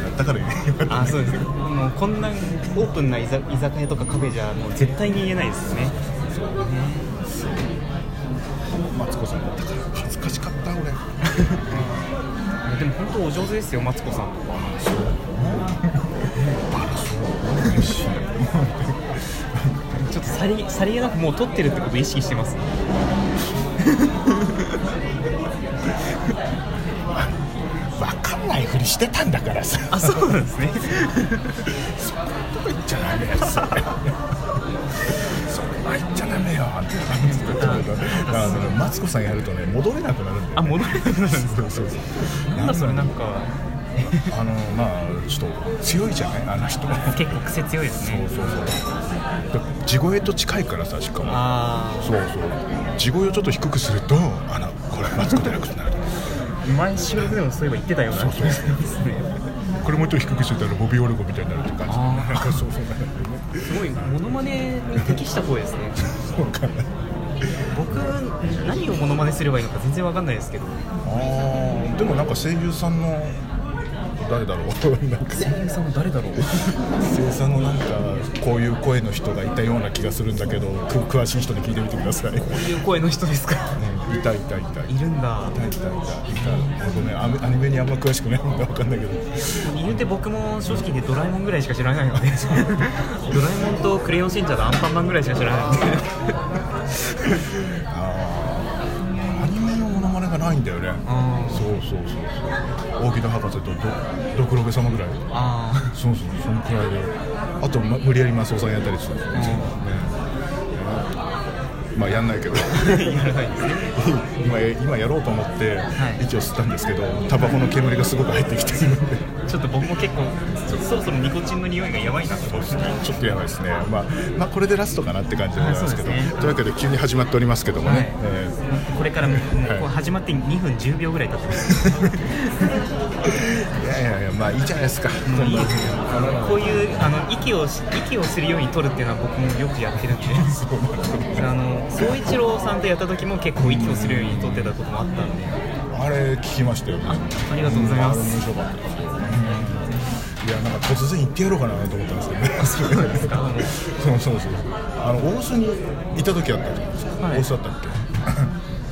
ったかるよねあそうですねもうこんなオープンな居酒居酒屋とかカフェじゃもう絶対に言えないですよねマツコさんだったから恥ずかしかった俺いやでも本当お上手ですよマツコさんとかちょっとさりさりげなくもう撮ってるってこと意識してます分かんないふりしてたんだからさあそうなんですねどこ行っちゃダメよそれそれは行っちゃダメよって感じだったけどだからマツコさんやるとね戻れなくなるんだよ、ね、あ戻れなくなるんですそうそうそうなんだそれなんか あのまあちょっと強いじゃないあの人結構癖強いですそうねそうそうで地声と近いからさしかもあそうそう地声をちょっと低くするとあのこれマツコデラックスにな るあ前収録でもそういえば言ってたような気がしますねこれもうちょっと低くするとあのボビー・オルゴみたいになるって感じあーなんかそうそうなすごいモノマネに適した声ですねんかわかんない僕何をモノマネすればいいのか全然わかんないですけどあーでもなんか声優さんの誰だろう なんか声優さんは誰だろう声優さんのなんかこういう声の人がいたような気がするんだけどく詳しい人に聞いてみてください、ね、そういう声の人ですかいたいたいたいたいいるんだたいたいたごめんアニアニメにあんま詳しくないんでわかんないけど言うて僕も正直でドラえもんぐらいしか知らないの でドラえもんとクレヨンしんちゃんとアンパンマンぐらいしか知らないのであーアニメのモノマネがないんだよねあーそうそうそうそう大木戸博士とドドクロベ様ぐらいあそうそうそのくらいであと、ま、無理やりマスオさんやったりするんですよね、まあやんないけどあ やらないですね今や今やろうと思ってはい息を吸ったんですけど、タバコの煙がすごく入ってきてるんでちょっと僕も結構ちょっとそろそろニコチンの匂いがやばいなと思ってちょっとやばいですね、まあ、まあこれでラストかなって感じでございますけどあそうですねというわけで急に始まっておりますけどもね、はいえーこれからもうこう始まって2分10秒ぐらい経ってますいやいやいやまあいいじゃないですか、もういいですよこういうあの息をし息をするように撮るっていうのは僕もよくやってるんであの総一郎さんとやった時も結構息をするように撮ってたこともあったんであれ聞きましたよねありがとうございまあすれ面白かったですよいやなんか突然行ってやろうかなと思ったんですけどねそうですかそうそうそうあの大須にいた時あったじゃないですか、はい大須だったっけ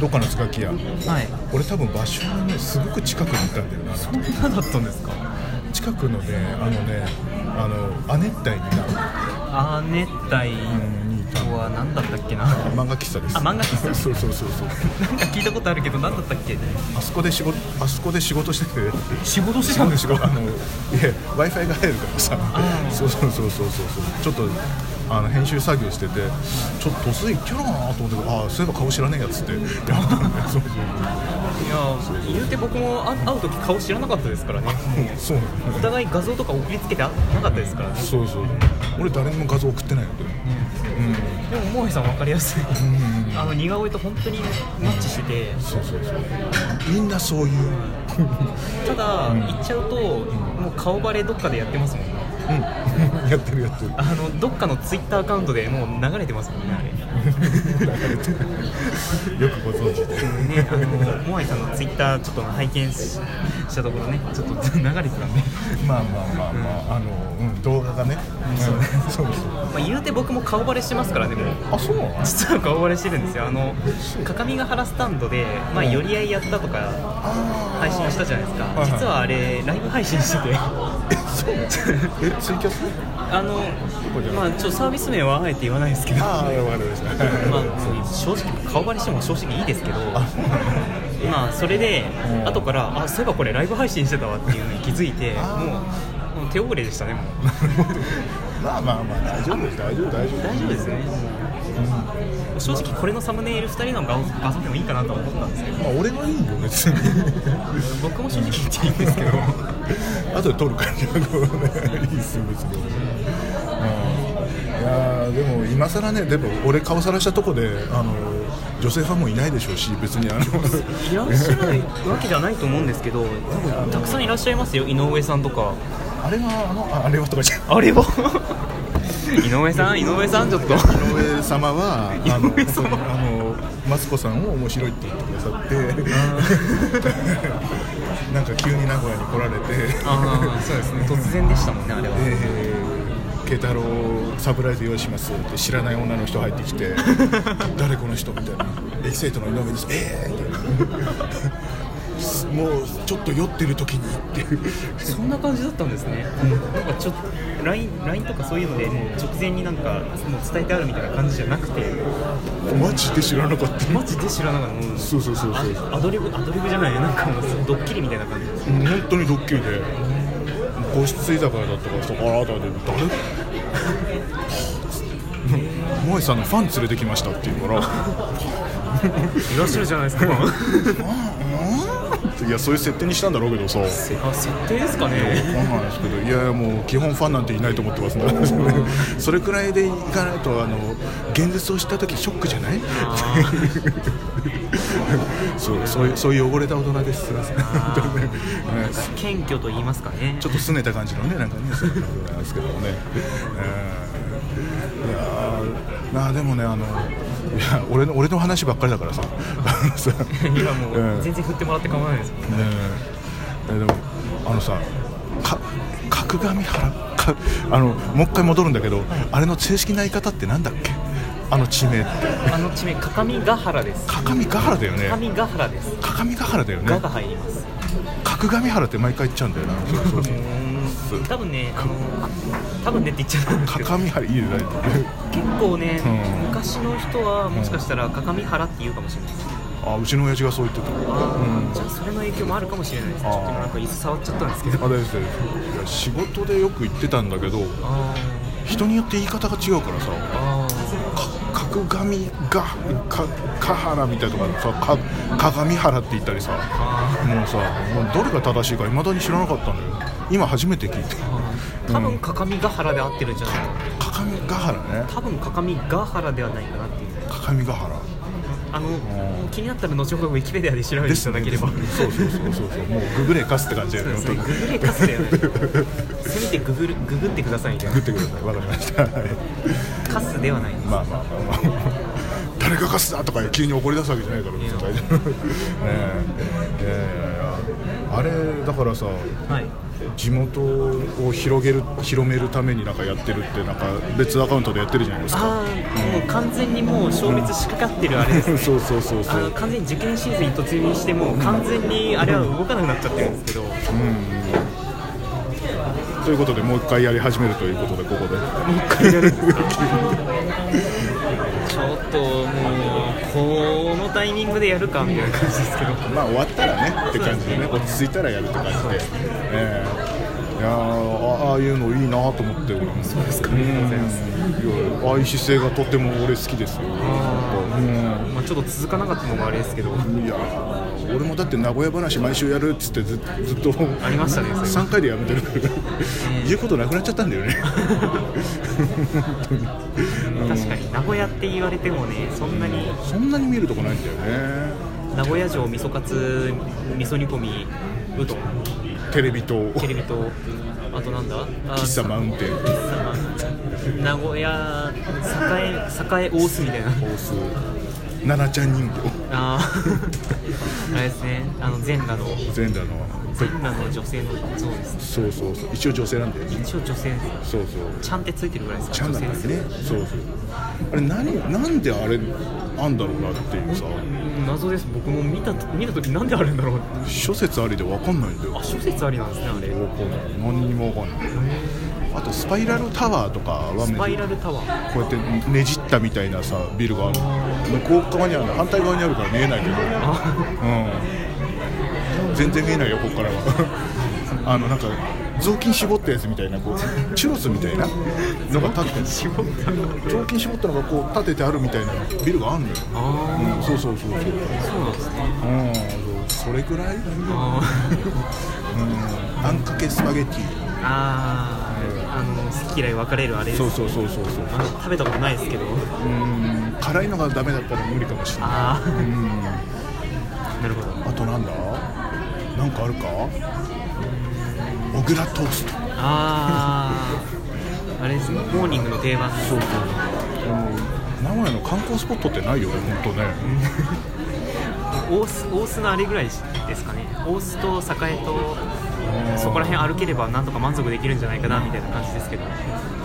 どっかのスカキ屋はい俺多分場所はねすごく近くにいたんだよな何だったんですか近くのねあのねあの亜熱帯にな 亜熱帯とは何だったっけな な漫画喫茶ですあ漫画喫 茶そうそうそうそうんか聞いたことあるけど何だったっけあそこで仕事あそこで仕事してて仕事してそたうんでですすよか あのいや w i f i が入るからさあーそうそうそうそうそうそうちょっとあの編集作業しててちょっと突然行ってやろうかなと思ってああそういえば顔知らねえやつっ てやったんだよそうそういや言うて僕もあ会う時顔知らなかったですからねそうなのおね互い画像とか送りつけてなかったですからねそうそう俺誰にも画像送ってないのででも桃井さん分かりやすいうんうんあの似顔絵と本当にマッチしててそうそうそうみんなそういうただ行っちゃうともう顔バレどっかでやってますもんねうん やってるやってるあのどっかのツイッターアカウントでもう流れてますもんねあれよくご存知でね、 あのモアイさんのツイッターちょっと拝見ししたところね、ちょっと 流れてたんで、まあまあまあまああのうん動画がねそうそうそうまあ、言うて僕も顔バレしてますからね、もう。 あそうなの実は顔バレしてるんですよ、あの、各務原スタンドで、まあ、寄り合いやったとか、あ配信したじゃないですかいは、い実はあれ、ライブ配信してて、 ーえツイキャ スあのこじゃ、まあ、ちょっとサービス名はあえて言わないですけど、まああわかりましたあ、正直、顔バレしても正直いいですけど、 まあ、それでう、ん後から、あそういえばこれ、ライブ配信してたわっていうのに気づいて、あーもう、もう手遅れでしたね、もう。 まあまあまあ大丈夫です大丈夫大丈夫大丈夫ですね、正直これのサムネイル2人の画画像でもいいかなとは思ったんですけどまあ俺はいいよ別に僕も正直言っていいんですけど 後で撮る感じはこうねいいっすよ別にうんいやーでも今更ねでも俺顔さらしたとこであの女性ファンもいないでしょうし別にあのいらっしゃらないわけじゃないと思うんですけどでもたくさんいらっしゃいますよ井上さんとかあれはあのああれはとかじゃあれは井上さん井上さんちょっと井上様はあの井上様あのマツコさんも面白いって言ってくださってなんか急に名古屋に来られてああそうですね突然でしたもんねあれは、えー慶太郎サプライズ用意しますって知らない女の人入ってきて誰この人みたいなエキセイトの井上ですええみたいなもうちょっと酔ってる時にってそんな感じだったんですね、なんかちょっと LINE, LINE とかそういうのでもう直前になんかもう伝えてあるみたいな感じじゃなくてマジで知らなかったマジで知らなかったもうそうそうそうそうアドリブアドリブじゃないなんかもうドッキリみたいな感じです本当にドッキリで個室居酒屋だったからそこからあたりで誰 萌さんのファン連れてきましたって言うからいらっしゃるじゃないですかいやそういう設定にしたんだろうけどさわあ設定ですかねかんないですけどいやいやもう基本ファンなんていないと思ってますんで それくらいでいかないとあの現実を知った時ショックじゃない そうそういうそういう汚れた大人ですすいません本当にねはい謙虚と言いますかねちょっと拗ねた感じのね、なんかね、そういう感じなんですけどもね。うんいやーまあでもね、あの、いや俺の俺の話ばっかりだからさ、あのさいやもうんう全然振ってもらって構わないですもんねええでもあのさか角上原かあのもう一回戻るんだけど、あれの正式な言い方ってなんだっけあの地名ってあの地名かかみがはらですか各務原だよねかみがはらです各務原だよがねが入ります角上原って毎回言っちゃうんだよなそうそう そううーん多分ねあの多分ねって言っちゃったんですけ各ど務原いいよね結構ね、うん昔の人はもしかしたらかかみはらって言うかもしれないです、あうちの親父がそう言ってたあーじゃあそれの影響もあるかもしれないですちあょーっと今なんか椅子触っちゃったんですけどあれですよいや仕事でよく行ってたんだけどあ人によって言い方が違うからさーあーか角上がかか原みたいとかさか鏡原って言ったりさあもうさもうどれが正しいかいまだに知らなかったのよ今初めて聞いてー多分かかみがはらで合ってるんじゃないかな鏡ヶ原ね多分かかみがはらではないかなっていう鏡ヶ原あの気になったら後ほどウィキペディアで調べていただければですねそうそうそうそうそうもうググれかすって感じだよねそう本当グにグれかすだよねせめてググるググってくださいみたいググってくださいわかりましたはいなかすではないですまあ まあまあまあ誰が貸すだとか急に怒り出すわけじゃないから別に大丈夫ねえいやいやいやあれだからさはい地元を広げる広めるためになんかやってるってなんか別アカウントでやってるじゃないですかああもう完全にもう消滅しかかってるあれですねそうそうそうそあのう完全に受験シーズンに突入してもう完全にあれは動かなくなっちゃってるんですけどもうということでもう一回やり始めるということでここで一回やるちょっともうこのタイミングでやるかみたいな感じですけどまあ終わったらねって感じでね落ち着いたらやるって感じで、ええいやーあああいうのいいなと思って俺もそうですかねああいう姿勢がとても俺好きですようんまあ、ちょっと続かなかったのもあれですけどいやー俺もだって名古屋話毎週やるっつってず ずっとありましたねそれ3回でやめてるから言うことなくなっちゃったんだ よね確かに名古屋って言われてもねそんなにそんなに見るとこないんだよね名古屋城味噌カツ味噌煮込みうどんテレビとテレビとあとなんだあ喫茶マウンテン名古屋栄栄大須みたいなホース奈々ちゃん人あーあれですねあの全裸の形全裸の全裸の女性のそうですねそうそうそう一応女性なんだよね一応女性ですそうそうちゃんってついてるぐらいですちかゃん女だ性かでらすねそうそうあれ何なんであれあんだろうなっていうさうん謎です僕も見た見た時なんであるんだろう諸説ありで分かんないんだよあ諸説ありなんですねあれわかんない何にもわかんないあとスパイラルタワーとかはスパイめラルタワーこうやってねじったみたいなさビルがある向こう側にあるの反対側にあるから見えないけど、あうん、全然見えないよここからは あのなんか雑巾絞ったやつみたいなこうチュロスみたいなのが立ってる絞った雑巾絞ったのがこう立ててあるみたいなビルがあるのよ、あうん、そうそうそうそう、うん、あそうなんですねそうそれくらい、うん、あーあんかけスパゲティあーあの好き嫌い分かれるあれですそうそうそうそうそうあの食べたことないですけどうん辛いのがダメだったら無理かもしれないあうあんなるほどあとなんだなんかあるか小倉トーストあああれですねモーニングの定番そうそう名古屋の観光スポットってないよね本当ね大須大須のあれぐらいですかね大須と栄とそこら辺歩ければなんとか満足できるんじゃないかなみたいな感じですけど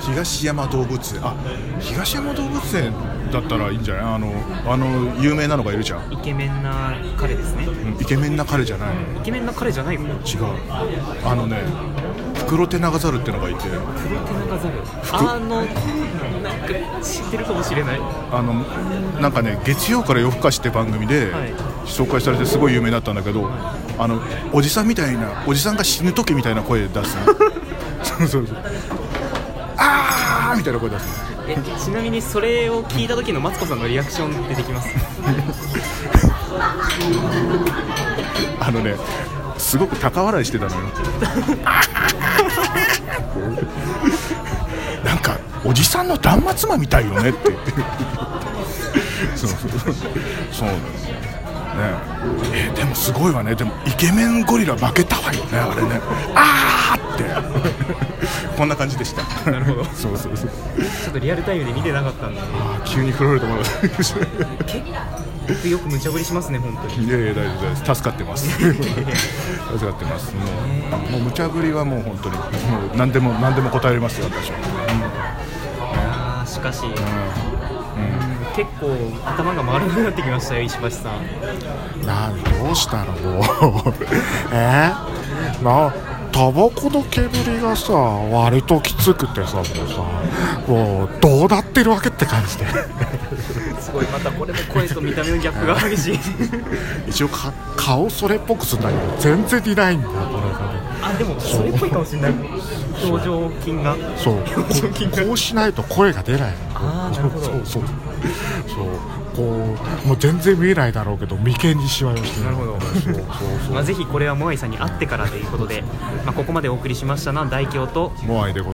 東山動物園あ東山動物園だったらいいんじゃないあのあの有名なのがいるじゃんイケメンな彼ですねイケメンな彼じゃないのイケメンな彼じゃないのプ違うあのね袋手長猿ってのがいてロテナガザルあのなんか知ってるかもしれないあのなんかね月曜から夜更かしって番組ではい紹介されてすごい有名だったんだけど、あのおじさんみたいなおじさんが死ぬ時みたいな声出 すのそうそうそうあーみたいな声出すのえちなみにそれを聞いた時のマツコさんのリアクション出てきますあのねすごく高笑いしてた のよなんかおじさんの断末魔みたいよねって言ってそうそうそうなのねえーでもすごいわねでもイケメンゴリラ負けたわよねあれねあーって こんな感じでしたなるほどそうそうそうちょっとリアルタイムで見てなかったんであー急に振られると思います結構よく無茶ぶりしますね本当にいやいや大丈夫大丈夫助かってます 助かってますもうもう無茶ぶりはもう本当にもう何でも何でも答えれますよ私は、あーしかしう結構頭が丸くなってきましたよ石橋さんん、なんどうしたのもう えなタバコの煙がさ割ときつくてさもうさもうどうなってるわけって感じです ごいまたこれも声と見た目のギャップが激しい一応か顔それっぽくするんだけど全然いないんだよこれがね あでもそれっぽいかもしれない表情筋がそうこ常筋がうこうしないと声が出ないのあーなるほどそうそうそうこうもう全然見えないだろうけど眉間にしわ寄してなるほどそうそうそまあ、うぜひこれはモアイさんに会ってからということで、まあ、ここまでお送りしましたのは大京とモアイでございます